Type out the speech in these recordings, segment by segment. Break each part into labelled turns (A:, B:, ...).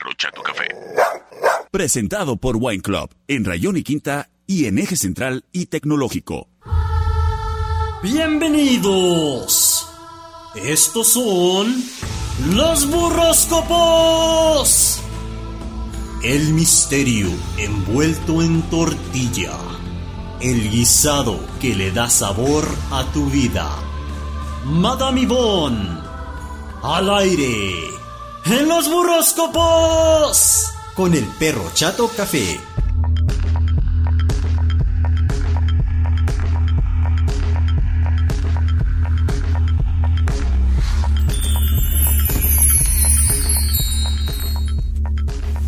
A: Escucha tu café.
B: Presentado por Wine Club en Rayón y Quinta y en Eje Central y Tecnológico.
C: Bienvenidos. Estos son los burroscopos. El misterio envuelto en tortilla. El guisado que le da sabor a tu vida. Madame Yvonne. Al aire. En los burroscopos. Con el perro chato café.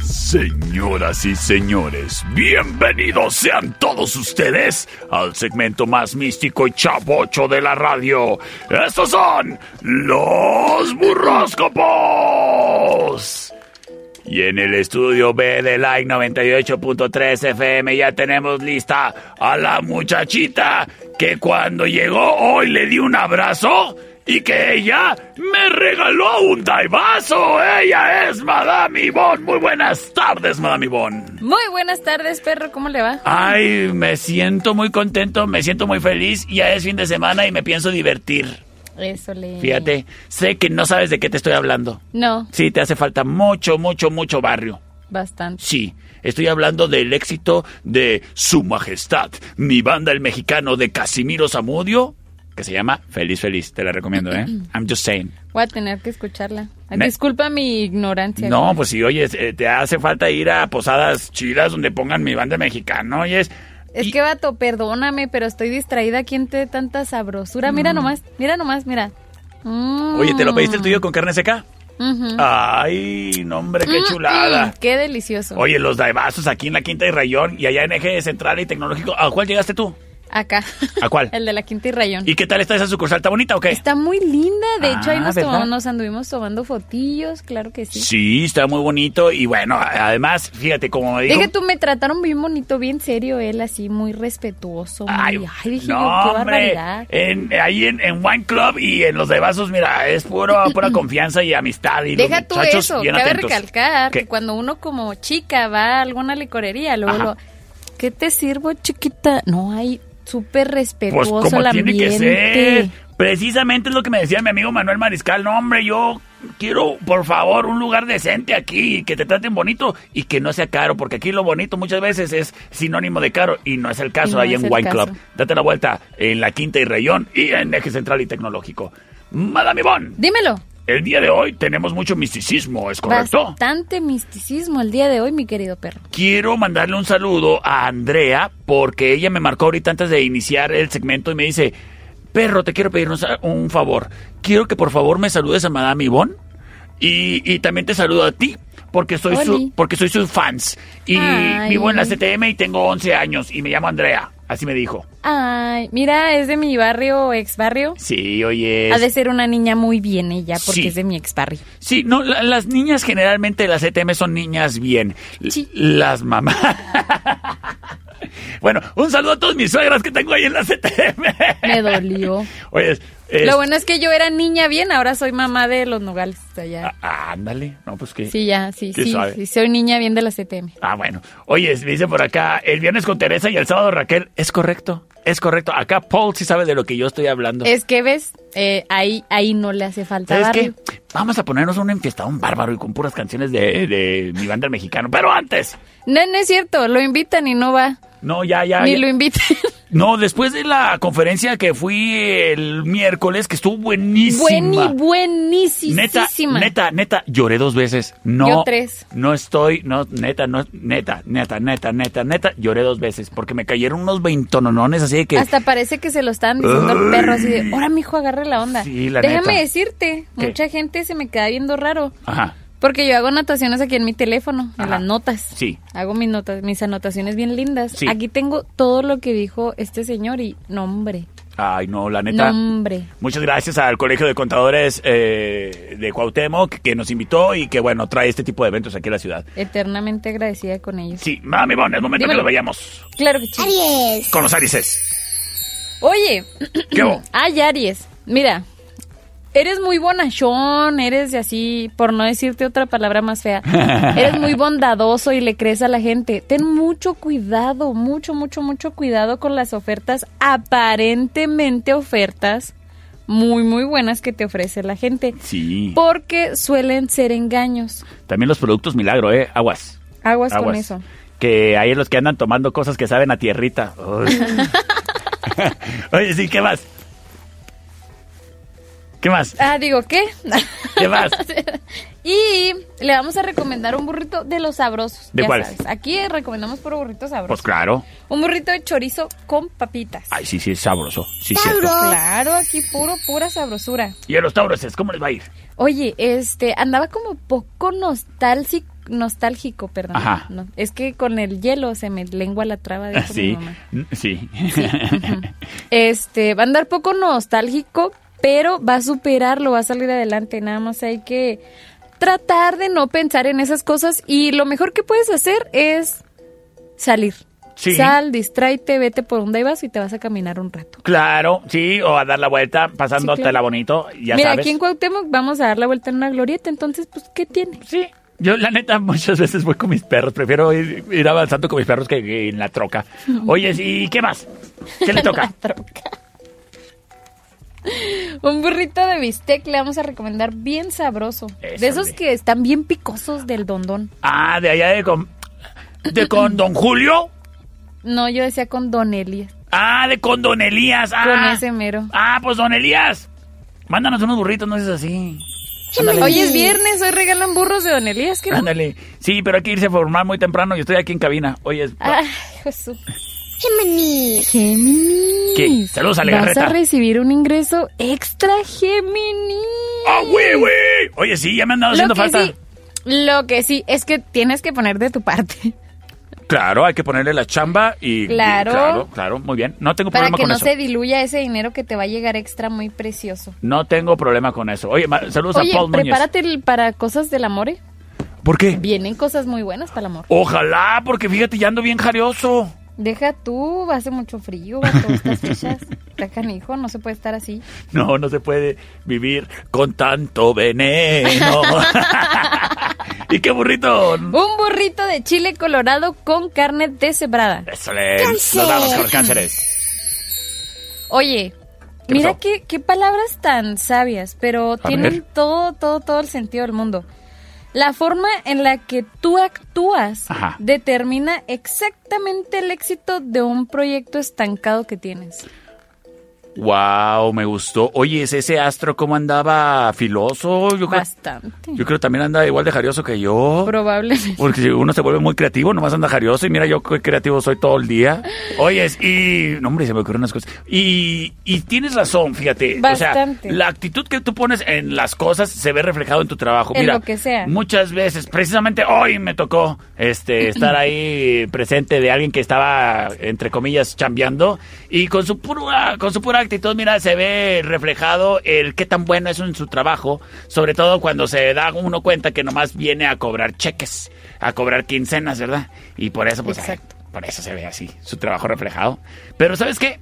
D: Señoras y señores, bienvenidos sean todos ustedes al segmento más místico y chabocho de la radio. Estos son los burroscopos. Y en el estudio B de Like 98.3 FM ya tenemos lista a la muchachita que cuando llegó hoy le di un abrazo y que ella me regaló un taibazo. Ella es Madame Ivonne. Muy buenas tardes, Madame Ivonne.
E: Muy buenas tardes, perro. ¿Cómo le va?
D: Ay, me siento muy contento, me siento muy feliz. Ya es fin de semana y me pienso divertir.
E: Eso le.
D: Fíjate, sé que no sabes de qué te estoy hablando.
E: No,
D: Sí, te hace falta mucho, mucho, mucho barrio.
E: bastante.
D: Sí, estoy hablando del éxito de Su Majestad, mi banda el mexicano de Casimiro Zamudio, que se llama Feliz Feliz. Te la recomiendo, ¿eh? I'm just saying.
E: Voy a tener que escucharla. Ay,
D: Me-
E: Disculpa mi ignorancia.
D: No, pues sí, oye, te hace falta ir a posadas chidas donde pongan mi banda mexicana, oye.
E: Es
D: y-
E: que, vato, perdóname, pero estoy distraída aquí entre tanta sabrosura. Mira nomás, mira nomás, mira. Mm.
D: Mm. Oye, ¿te lo pediste el tuyo con carne seca?
E: Ujú.
D: Ay, no, hombre, qué chulada.
E: Mm, qué delicioso.
D: Oye, los daibazos aquí en la Quinta de Rayón y allá en Eje Central y Tecnológico. ¿A cuál llegaste tú?
E: Mm. Acá.
D: ¿A cuál?
E: el de la Quinta y Rayón.
D: ¿Y qué tal está esa sucursal? ¿Está bonita o qué?
E: Está muy linda. De hecho, ahí
D: Ah,
E: nos,
D: ¿verdad?
E: tomamos- nos anduvimos tomando fotillos, claro que sí.
D: Sí, está muy bonito y bueno, además, fíjate, como me dijo...
E: Dije tú, me trataron bien bonito, bien serio, él así, muy respetuoso. muy- Ay, dije
D: no,
E: yo, qué
D: hombre,
E: barbaridad.
D: en- ahí en, en Wine Club y en los de vasos, mira, es puro, pura confianza y amistad. Y los
E: Deja tú
D: muchachos
E: eso,
D: bien
E: cabe
D: atentos.
E: recalcar
D: ¿Qué?
E: que cuando uno como chica va a alguna licorería, luego,
D: Ajá.
E: lo- ¿qué te sirvo, chiquita? No, hay súper
D: Pues
E: respetuoso
D: como
E: el
D: tiene
E: ambiente.
D: que ser. Precisamente es lo que me decía mi amigo Manuel Mariscal. No, hombre, yo quiero, por favor, un lugar decente aquí, que te traten bonito y que no sea caro, porque aquí lo bonito muchas veces es sinónimo de caro y no es el caso
E: Y no
D: ahí
E: es
D: en
E: el
D: Wine
E: caso.
D: Club. Date la vuelta en la Quinta y Rayón y en Eje Central y Tecnológico. Madame Ivonne,
E: Dímelo.
D: el día de hoy tenemos mucho misticismo, ¿es correcto?
E: Bastante misticismo el día de hoy, mi querido perro.
D: Quiero mandarle un saludo a Andrea porque ella me marcó ahorita antes de iniciar el segmento y me dice, perro, te quiero pedir un, sa- un favor. Quiero que por favor me saludes a Madame Ivonne y, y también te saludo a ti porque soy, su,
E: Oli.
D: porque soy sus fans. Y
E: Ay.
D: vivo en la CTM y tengo 11 años y me llamo Andrea. Así me dijo.
E: Ay, mira, es de mi barrio, ex barrio.
D: Sí, oye.
E: Ha de ser una niña muy bien ella, porque
D: Sí.
E: es de mi ex barrio.
D: Sí, no, la- las niñas generalmente de la CTM son niñas bien. L-
E: Sí.
D: Las mamás. bueno, un saludo a todas mis suegras que tengo ahí en la CTM.
E: Me dolió.
D: Oye, es- es-
E: Lo bueno es que yo era niña bien, ahora soy mamá de los nogales. o sea, ya.
D: Ah, ándale, no, pues que...
E: Sí, ya, sí,
D: ¿Quién
E: sí,
D: sabe?
E: sí, soy niña bien de E la CTM.
D: Ah, bueno. Oye, es- dice por acá, el viernes con Teresa y el sábado Raquel. Es correcto, es correcto. Acá Paul sí sabe de lo que yo estoy hablando.
E: Es que ves, eh, ahí, ahí no le hace falta
D: ¿Sabes
E: barrio.
D: qué? Vamos a ponernos un enfiestadón bárbaro y con puras canciones de, de mi banda mexicano. Pero antes...
E: No, no es cierto, lo invitan y no va,
D: No, ya, ya.
E: ni
D: ya.
E: lo invitan.
D: No, después de la conferencia que fui el miércoles, que estuvo buenísima.
E: Bueni, buenísima.
D: Neta, neta, neta, lloré dos veces. No,
E: Yo tres.
D: no estoy, no, neta, no, neta, neta, neta, neta, neta, lloré dos veces porque me cayeron unos veintononones así de que
E: Hasta parece que se lo estaban diciendo al perro así de, ahora mijo, agarre la onda.
D: Sí, la
E: Déjame
D: neta.
E: decirte,
D: ¿Qué?
E: mucha gente se me queda viendo raro.
D: Ajá.
E: Porque yo hago anotaciones aquí en mi teléfono,
D: Ajá.
E: en las notas.
D: Sí.
E: Hago mis notas, mis anotaciones bien lindas.
D: Sí.
E: Aquí tengo todo lo que dijo este señor y nombre,
D: Ay, no, la neta.
E: nombre.
D: Muchas gracias al Colegio de Contadores eh, de Cuauhtémoc que nos invitó y que, bueno, trae este tipo de eventos aquí a la ciudad.
E: Eternamente agradecida con ellos.
D: Sí, mami, bueno, es momento que
E: Dímelo.
D: lo vayamos
E: Claro que sí.
D: con los Arises.
E: Oye,
D: ¿Qué hubo?
E: ay Aries, mira, Eres muy bonachón, eres de así, por no decirte otra palabra más fea. Eres muy bondadoso y le crees a la gente. Ten mucho cuidado, mucho, mucho, mucho cuidado con las ofertas, aparentemente ofertas muy, muy buenas que te ofrece la gente.
D: Sí.
E: Porque suelen ser engaños.
D: También los productos milagro, ¿eh? Aguas.
E: Aguas, con eso.
D: Que hay los que andan tomando cosas que saben a tierrita. Uy. Oye, sí, ¿qué más? ¿Qué más?
E: Ah, digo, ¿qué?
D: ¿Qué más?
E: y le vamos a recomendar un burrito de los sabrosos.
D: ¿De
E: ya
D: cuáles?
E: sabes. Aquí recomendamos puro burrito
D: Pues
E: sabroso.
D: claro.
E: un burrito de chorizo con papitas.
D: Ay, sí, sí, es sabroso. Sí, cierto.
E: Claro, aquí puro, pura sabrosura.
D: ¿Y a los tauroces cómo les va a ir?
E: Oye, este, andaba como poco nostálgico, nostálgico, perdón.
D: Ajá.
E: No, es que con el hielo se me lengua la traba de
D: Sí, Mm, sí.
E: Este, va a andar poco nostálgico, pero va a superarlo, va a salir adelante. Nada más hay que tratar de no pensar en esas cosas y lo mejor que puedes hacer es salir.
D: Sí.
E: Sal, distráete, vete por donde vas y te vas a caminar un rato.
D: Claro, sí, o a dar la vuelta pasándote
E: claro.
D: la bonito, ya
E: Mira,
D: sabes.
E: aquí en Cuauhtémoc vamos a dar la vuelta en una glorieta, entonces, pues, ¿qué tiene?
D: Sí. Yo, la neta, muchas veces voy con mis perros. Prefiero ir, ir avanzando con mis perros que, que en la troca. Oye, ¿y qué más? ¿Qué le toca?
E: Un burrito de bistec le vamos a recomendar bien sabroso.
D: Eso,
E: de esos
D: hombre.
E: que están bien picosos del dondón.
D: Ah, de allá de con... ¿De con Don Julio?
E: No, yo decía con don Elias,
D: Ah, de con Don Elías. Ah,
E: con ese mero.
D: ah pues Don Elías. Mándanos unos burritos, no seas así.
E: Hoy es viernes, hoy regalan burros de don Elías. ¿qué no?
D: Ándale. Sí, pero hay que irse a formar muy temprano. Yo estoy aquí en cabina. Oye, es-
E: Ay, Jesús.
A: Géminis.
E: Géminis.
D: ¿Qué? Saludos a la
E: Vas
D: garreta.
E: a recibir un ingreso extra Géminis.
D: ¡Ah, güey, güey! Oye, sí, ya me han dado
E: Lo
D: haciendo
E: que
D: falta.
E: sí, lo que sí es que tienes que poner de tu parte.
D: Claro, hay que ponerle la chamba y...
E: Claro.
D: Claro, claro, muy bien. No tengo
E: Para
D: problema
E: que
D: con
E: no
D: eso.
E: se diluya ese dinero que te va a llegar extra muy precioso.
D: No tengo problema con eso. Oye, ma- saludos
E: Oye,
D: a Paul Núñez.
E: prepárate el- para cosas del amor. ¿eh?
D: ¿Por qué?
E: Vienen cosas muy buenas para el amor.
D: Ojalá, porque fíjate, ya ando bien jarioso.
E: Deja tú, hace mucho frío, vato, estas fechas. Está canijo, no se puede estar así.
D: No, no se puede vivir con tanto veneno. y qué burrito.
E: Un burrito de chile colorado con carne deshebrada.
D: Eso le- Nos vamos con los cánceres.
E: Oye,
D: ¿Qué
E: mira
D: pasó?
E: qué, qué palabras tan sabias, pero tienen
D: ver.
E: todo, todo, todo el sentido del mundo. La forma en la que tú actúas
D: Ajá.
E: determina exactamente el éxito de un proyecto estancado que tienes.
D: Wow, me gustó. Oye, ¿es ese astro cómo andaba filoso? Yo creo,
E: Bastante.
D: yo creo que también anda igual de jarioso que yo.
E: Probablemente.
D: Porque si uno se vuelve muy creativo, nomás anda jarioso. Y mira, yo qué creativo soy todo el día. Oyes, y. No, hombre, se me ocurren unas cosas. Y, y tienes razón, fíjate. O
E: Bastante.
D: sea, la actitud que tú pones en las cosas se ve reflejado en tu trabajo.
E: En
D: mira,
E: lo que sea.
D: Muchas veces, precisamente hoy me tocó este estar ahí presente de alguien que estaba, entre comillas, chambeando. Y con su, pura, con su pura actitud, mira, se ve reflejado el qué tan bueno es en su trabajo. Sobre todo cuando se da uno cuenta que nomás viene a cobrar cheques, a cobrar quincenas, ¿verdad? Y por eso, pues,
E: Exacto.
D: ay, por eso se ve así, su trabajo reflejado. Pero ¿sabes qué?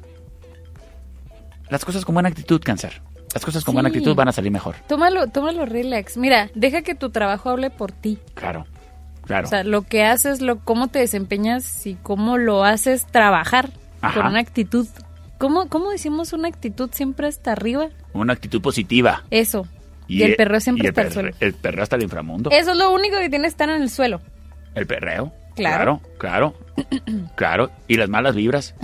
D: Las cosas con buena actitud, cáncer. Las cosas con buena
E: Sí.
D: actitud van a salir mejor.
E: Tómalo, tómalo relax. Mira, deja que tu trabajo hable por ti.
D: Claro, claro.
E: O sea, lo que haces, lo cómo te desempeñas y cómo lo haces trabajar
D: Ajá.
E: con una actitud. ¿Cómo, ¿Cómo decimos una actitud siempre hasta arriba?
D: Una actitud positiva.
E: Eso. Y, el perro siempre
D: y
E: está
D: el
E: al suelo.
D: perre- El perro hasta el inframundo.
E: Eso es lo único que tiene que estar en el suelo.
D: El perreo.
E: Claro.
D: Claro, claro. claro. Y las malas vibras.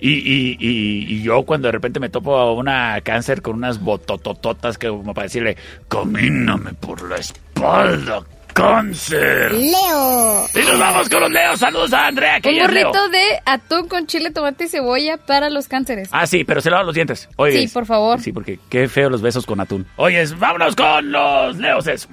D: Y, y, y- y yo cuando de repente me topo a una cáncer con unas bototototas que como para decirle, camíname por la espalda, cáncer.
A: Leo.
D: Y nos vamos con los leos. Saludos a Andrea, que
E: Un
D: ella es Leo.
E: burrito de atún con chile, tomate y cebolla para los cánceres.
D: Ah, sí, pero se lavan los dientes. Oye,
E: Sí, por favor.
D: Sí, porque qué feo los besos con atún. Oyes, vámonos con los leoses.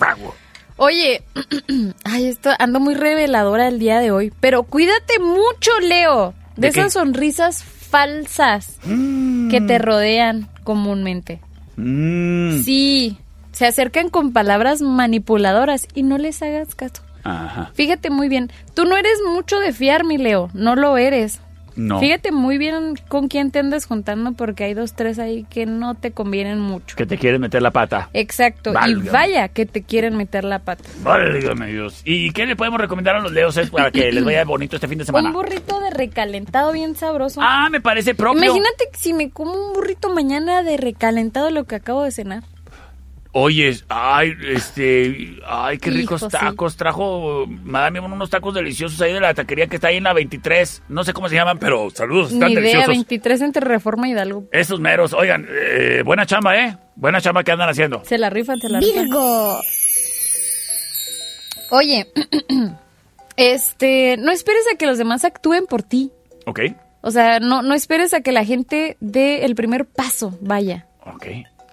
E: Oye, ay, esto ando muy reveladora el día de hoy, pero cuídate mucho, Leo, de,
D: ¿De qué?
E: esas sonrisas falsas que te rodean comúnmente.
D: Mm.
E: Sí, se acercan con palabras manipuladoras y no les hagas caso.
D: Ajá.
E: Fíjate muy bien, tú no eres mucho de fiar, mi Leo, no lo eres.
D: No.
E: Fíjate muy bien con quién te andas juntando porque hay dos, tres ahí que no te convienen mucho.
D: Que te quieren meter la pata.
E: Eh. Exacto.
D: Válgame.
E: Y vaya que te quieren meter la pata.
D: Válgame Dios. ¿Y qué le podemos recomendar a los leos eh, para que les vaya bonito este fin de semana?
E: Un burrito de recalentado bien sabroso.
D: Ah, me parece propio.
E: Imagínate que si me como un burrito mañana de recalentado lo que acabo de cenar.
D: Oye, ay, este, ay, qué
E: Hijo,
D: ricos
E: sí.
D: tacos. Trajo, madame, unos tacos deliciosos ahí de la taquería que está ahí en la 23. No sé cómo se llaman, pero saludos, Pues están
E: Ni idea,
D: deliciosos.
E: 23 entre Reforma y Hidalgo.
D: Esos meros, oigan, eh, buena chamba, ¿eh? Buena chamba que andan haciendo.
E: Se la rifan, se la rifan.
A: Virgo,
E: Oye, este, no esperes a que los demás actúen por ti.
D: Ok,
E: O sea, no, no esperes a que la gente dé el primer paso, vaya.
D: ok.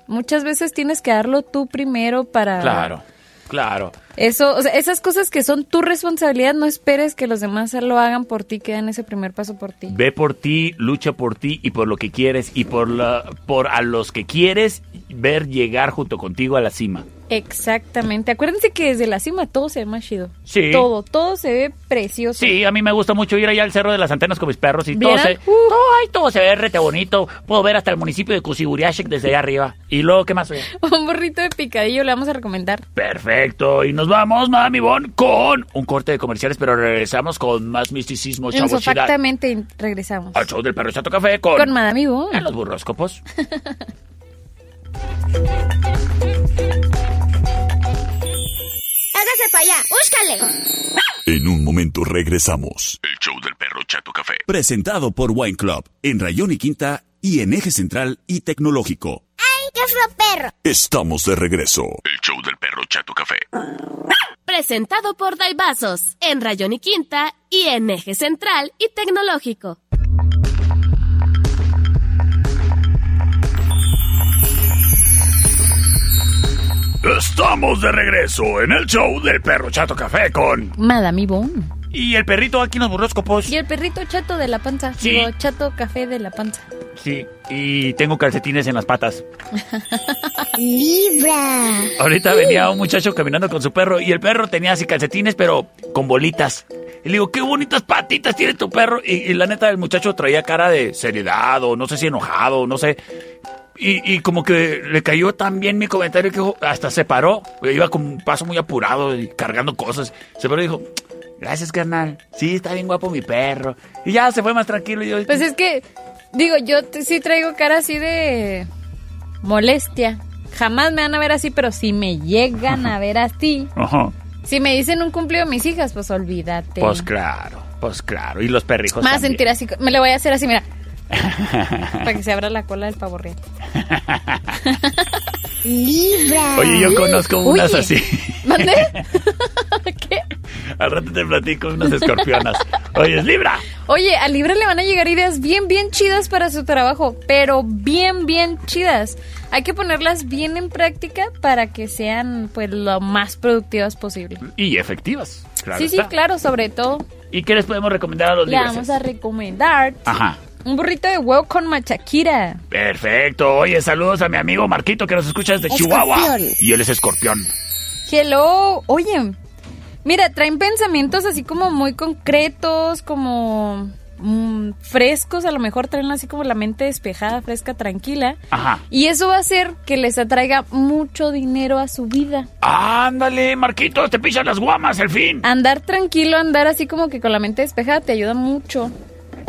E: Muchas veces tienes que darlo tú primero para...
D: Claro, claro.
E: Eso, o sea, esas cosas que son tu responsabilidad, no esperes que los demás lo hagan por ti, que den ese primer paso por ti.
D: Ve por ti, lucha por ti y por lo que quieres y por, la, por a los que quieres ver llegar junto contigo a la cima.
E: Exactamente. Acuérdense que desde la cima todo se ve más chido.
D: Sí.
E: Todo, todo se ve precioso.
D: Sí, a mí me gusta mucho ir allá al Cerro de las Antenas con mis perros y todo
E: ¿Vieran?
D: se, todo, ay, todo se ve rete bonito. Puedo ver hasta el municipio de Cusiburiashek desde allá arriba. Y luego, ¿qué más? oye?
E: Un burrito de picadillo le vamos a recomendar.
D: Perfecto. Y nos vamos, Mami Bon, con un corte de comerciales, pero regresamos con más misticismo, chavosidad.
E: Insofactamente in- regresamos.
D: Al show del perro Chato Café con,
E: Con Madame Ivonne.
D: en los burroscopos.
A: hágase para allá, búscale.
B: En un momento regresamos.
F: El show del perro Chato Café.
B: Presentado por Wine Club en Rayón y Quinta y en Eje Central y Tecnológico.
A: ¡Ay, qué feo perro!
B: Estamos de regreso.
F: El show del perro Chato Café.
G: Presentado por Daibazos, en Rayón y Quinta y en Eje Central y Tecnológico.
D: Estamos de regreso en el show del perro Chato Café con.
E: Madame Ivonne.
D: Y el perrito aquí en los burroscopos.
E: Y el perrito chato de la panza.
D: Sí.
E: Digo, chato café de la panza.
D: Sí, y tengo calcetines en las patas.
A: Libra,
D: Ahorita venía un muchacho caminando con su perro y el perro tenía así calcetines, pero con bolitas. Y le digo, qué bonitas patitas tiene tu perro. Y, y la neta, el muchacho traía cara de seriedad o no sé si enojado, no sé. Y, y como que le cayó tan bien mi comentario que dijo, hasta se paró. Iba con un paso muy apurado y cargando cosas. Se paró y dijo, gracias, carnal. Sí, está bien guapo mi perro. Y ya se fue más tranquilo. Y yo,
E: Pues es que, digo, yo t- sí traigo cara así de molestia. Jamás me van a ver así, pero si me llegan a ver así.
D: Ajá.
E: Si me dicen un cumplido de mis hijas, pues olvídate.
D: Pues claro, pues claro. Y los perrijos
E: Más
D: también.
E: sentir así. Me lo voy a hacer así, mira. para que se abra la cola del pavo real.
A: Libra.
D: Oye, yo conozco unas
E: Oye.
D: así.
E: ¿Mande? ¿Qué?
D: Al rato te platico unas escorpionas. Oye, es Libra.
E: Oye, a Libra le van a llegar ideas bien, bien chidas para su trabajo, pero bien, bien chidas. Hay que ponerlas bien en práctica para que sean, pues, lo más productivas posible.
D: Y efectivas. Claro
E: sí, sí,
D: está.
E: claro, sobre todo.
D: ¿Y qué les podemos recomendar a los
E: Le
D: libres?
E: vamos a recomendar
D: Ajá.
E: un burrito de huevo con machaquira.
D: Perfecto. Oye, saludos a mi amigo Marquito que nos escucha desde Chihuahua.
A: Escorpión.
D: Y él es escorpión.
E: Hello, oye, mira, traen pensamientos así como muy concretos, como mm, frescos, a lo mejor traen así como la mente despejada, fresca, tranquila.
D: Ajá.
E: Y eso va a hacer que les atraiga mucho dinero a su vida.
D: Ándale, Marquito, te pichan las guamas, el fin.
E: Andar tranquilo, andar así como que con la mente despejada te ayuda mucho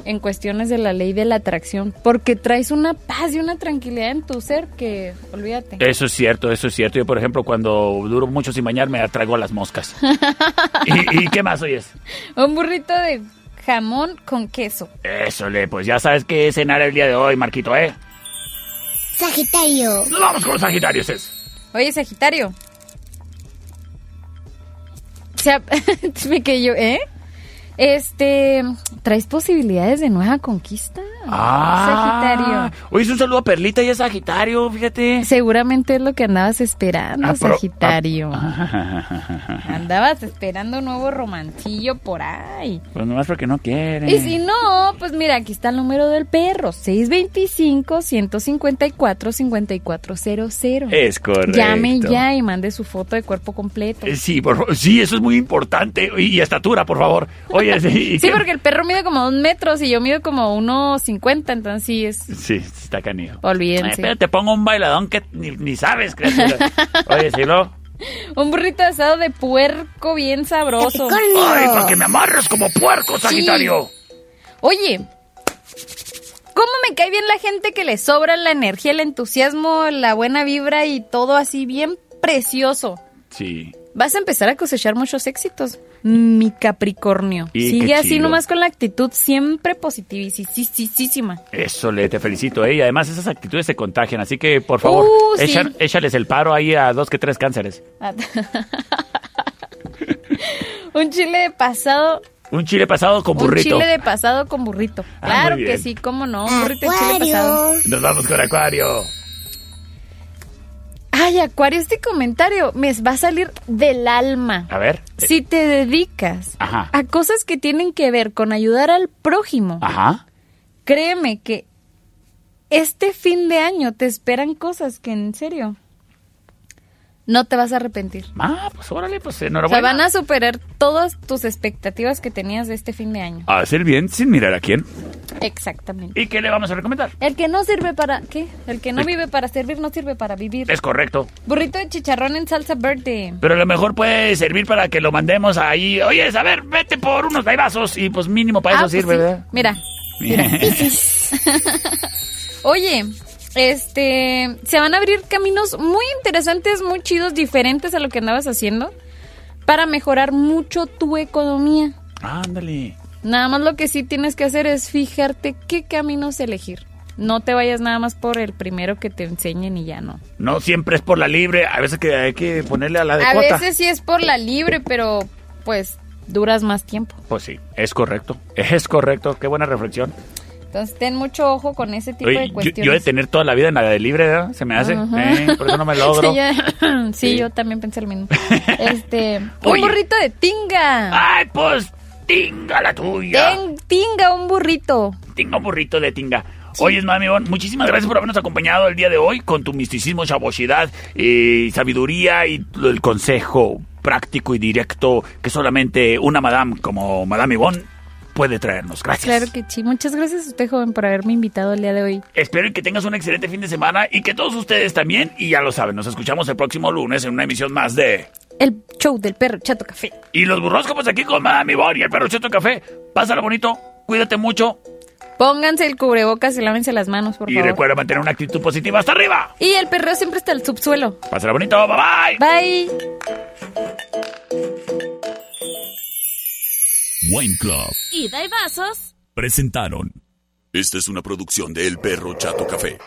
E: en cuestiones de la ley de la atracción, porque traes una paz y una tranquilidad en tu ser que olvídate.
D: Eso es cierto, eso es cierto. Yo, por ejemplo, cuando duro mucho sin bañar, me atraigo a las moscas. ¿Y, y qué más oyes?
E: Un burrito de jamón con queso.
D: Eso, le, pues ya sabes qué es cenar el día de hoy, Marquito, ¿eh?
A: Sagitario,
D: Nos vamos con los Sagitarios, es.
E: Oye, Sagitario. O sea, me quedé yo, ¿eh? Este, ¿traes posibilidades de nueva conquista?
D: Ah,
E: Sagitario.
D: Oye, es un saludo a Perlita y es Sagitario, fíjate.
E: Seguramente es lo que andabas esperando,
D: Ah, pero-
E: Sagitario.
D: ah,
E: Andabas esperando un nuevo romantillo por ahí.
D: Pues nomás porque no quiere.
E: Y si no, pues mira, aquí está el número del perro, 625-154-5400.
D: Es Eh, correcto.
E: Llame ya y mande su foto de cuerpo completo.
D: Eh, Sí, por favor. Sí, eso es muy importante. Y, y estatura, por favor. Oye, sí. ¿y
E: Sí,
D: qué?
E: porque el perro mide como dos metros y yo mido como unos 50, entonces sí es.
D: Sí, sí, está canijo. Ay,
E: Olvídense.
D: pero te pongo un bailadón que ni, ni sabes, criatura. Oye, sí, ¿no?
E: Un burrito asado de puerco bien sabroso.
D: Ay, para
A: Capricornio.
D: que me amarres como puerco, Sagitario.
E: Oye, ¿cómo me cae bien la gente que le sobra la energía, el entusiasmo, la buena vibra y todo así bien precioso?
D: Sí.
E: Vas a empezar a cosechar muchos éxitos, mi Capricornio.
D: Y qué
E: Sigue así
D: chido.
E: nomás con la actitud siempre positivísima.
D: Eso, le te felicito, ¿eh? Y además esas actitudes se contagian, así que, por favor,
E: Uh, sí.
D: echa- échales el paro ahí a dos que tres cánceres.
E: Un chile de pasado,
D: Un chile pasado con burrito.
E: un chile de pasado con burrito.
D: Ah,
E: Claro
D: muy
E: que
D: bien.
E: sí, cómo no, un burrito de chile pasado.
A: Acuario.
D: Nos vamos con Acuario.
E: Ay, Acuario, este comentario me va a salir del alma.
D: A ver.
E: Si te dedicas
D: Eh, Ajá.
E: a cosas que tienen que ver con ayudar al prójimo,
D: Ajá.
E: créeme que este fin de año te esperan cosas que en serio no te vas a arrepentir.
D: Ah, pues órale, pues
E: O sea,
D: enhorabuena.
E: van a superar todas tus expectativas que tenías de este fin de año.
D: a hacer bien sin mirar a quién.
E: Exactamente.
D: ¿Y qué le vamos a recomendar?
E: El que no sirve para... ¿Qué? El que no vive para servir no sirve para vivir.
D: Es correcto.
E: Burrito de chicharrón en salsa verde.
D: Pero a lo mejor puede servir para que lo mandemos ahí. Oye, a ver, vete por unos vasos y pues mínimo para
E: Ah,
D: eso
E: pues
D: sirve,
E: sí.
D: ¿verdad?
E: Mira, Oye, este, se van a abrir caminos muy interesantes, muy chidos, diferentes a lo que andabas haciendo para mejorar mucho tu economía.
D: Ándale.
E: Nada más lo que sí tienes que hacer es fijarte qué caminos elegir. No te vayas nada más por el primero que te enseñen y ya no.
D: No siempre es por la libre, a veces que hay que ponerle a la de
E: A
D: cuota.
E: veces sí es por la libre, pero pues duras más tiempo.
D: Pues sí, es correcto. Es correcto, qué buena reflexión.
E: Entonces ten mucho ojo con ese tipo
D: Oye,
E: Este de
D: yo,
E: cuestiones.
D: yo de tener toda la vida en la de libre, ¿verdad? Se me hace.
E: Ajá.
D: Eh, por eso no me logro.
E: Sí, yo, sí,
D: Sí.
E: yo también pensé lo mismo. Este, un
D: Oye.
E: burrito de tinga.
D: Ay, pues tinga la tuya.
E: Ten- tinga un burrito.
D: Tinga un burrito de tinga. Oye, mami, Bon, muchísimas gracias por habernos acompañado el día de hoy con tu misticismo, chavosidad y sabiduría y lo- el consejo práctico y directo que solamente una madame como Madame Ivonne puede traernos. Gracias.
E: Claro que sí. Muchas gracias a usted, joven, por haberme invitado el día de hoy.
D: Espero que tengas un excelente fin de semana y que todos ustedes también, y ya lo saben, nos escuchamos el próximo lunes en una emisión más de...
E: El show del perro Chato Café.
D: Y los burroscopos aquí con Madame Ivonne y el perro Cheto Café. Pásalo bonito, cuídate mucho
E: Pónganse el cubrebocas y lávense las manos, por
D: y
E: favor.
D: recuerda mantener una actitud positiva. ¡Hasta arriba!
E: Y el perro siempre está al subsuelo.
D: Pásalo bonito, bye bye.
E: Bye.
B: Wine Club
G: Ida y vasos.
B: presentaron. Esta es una producción de El Perro Chato Café.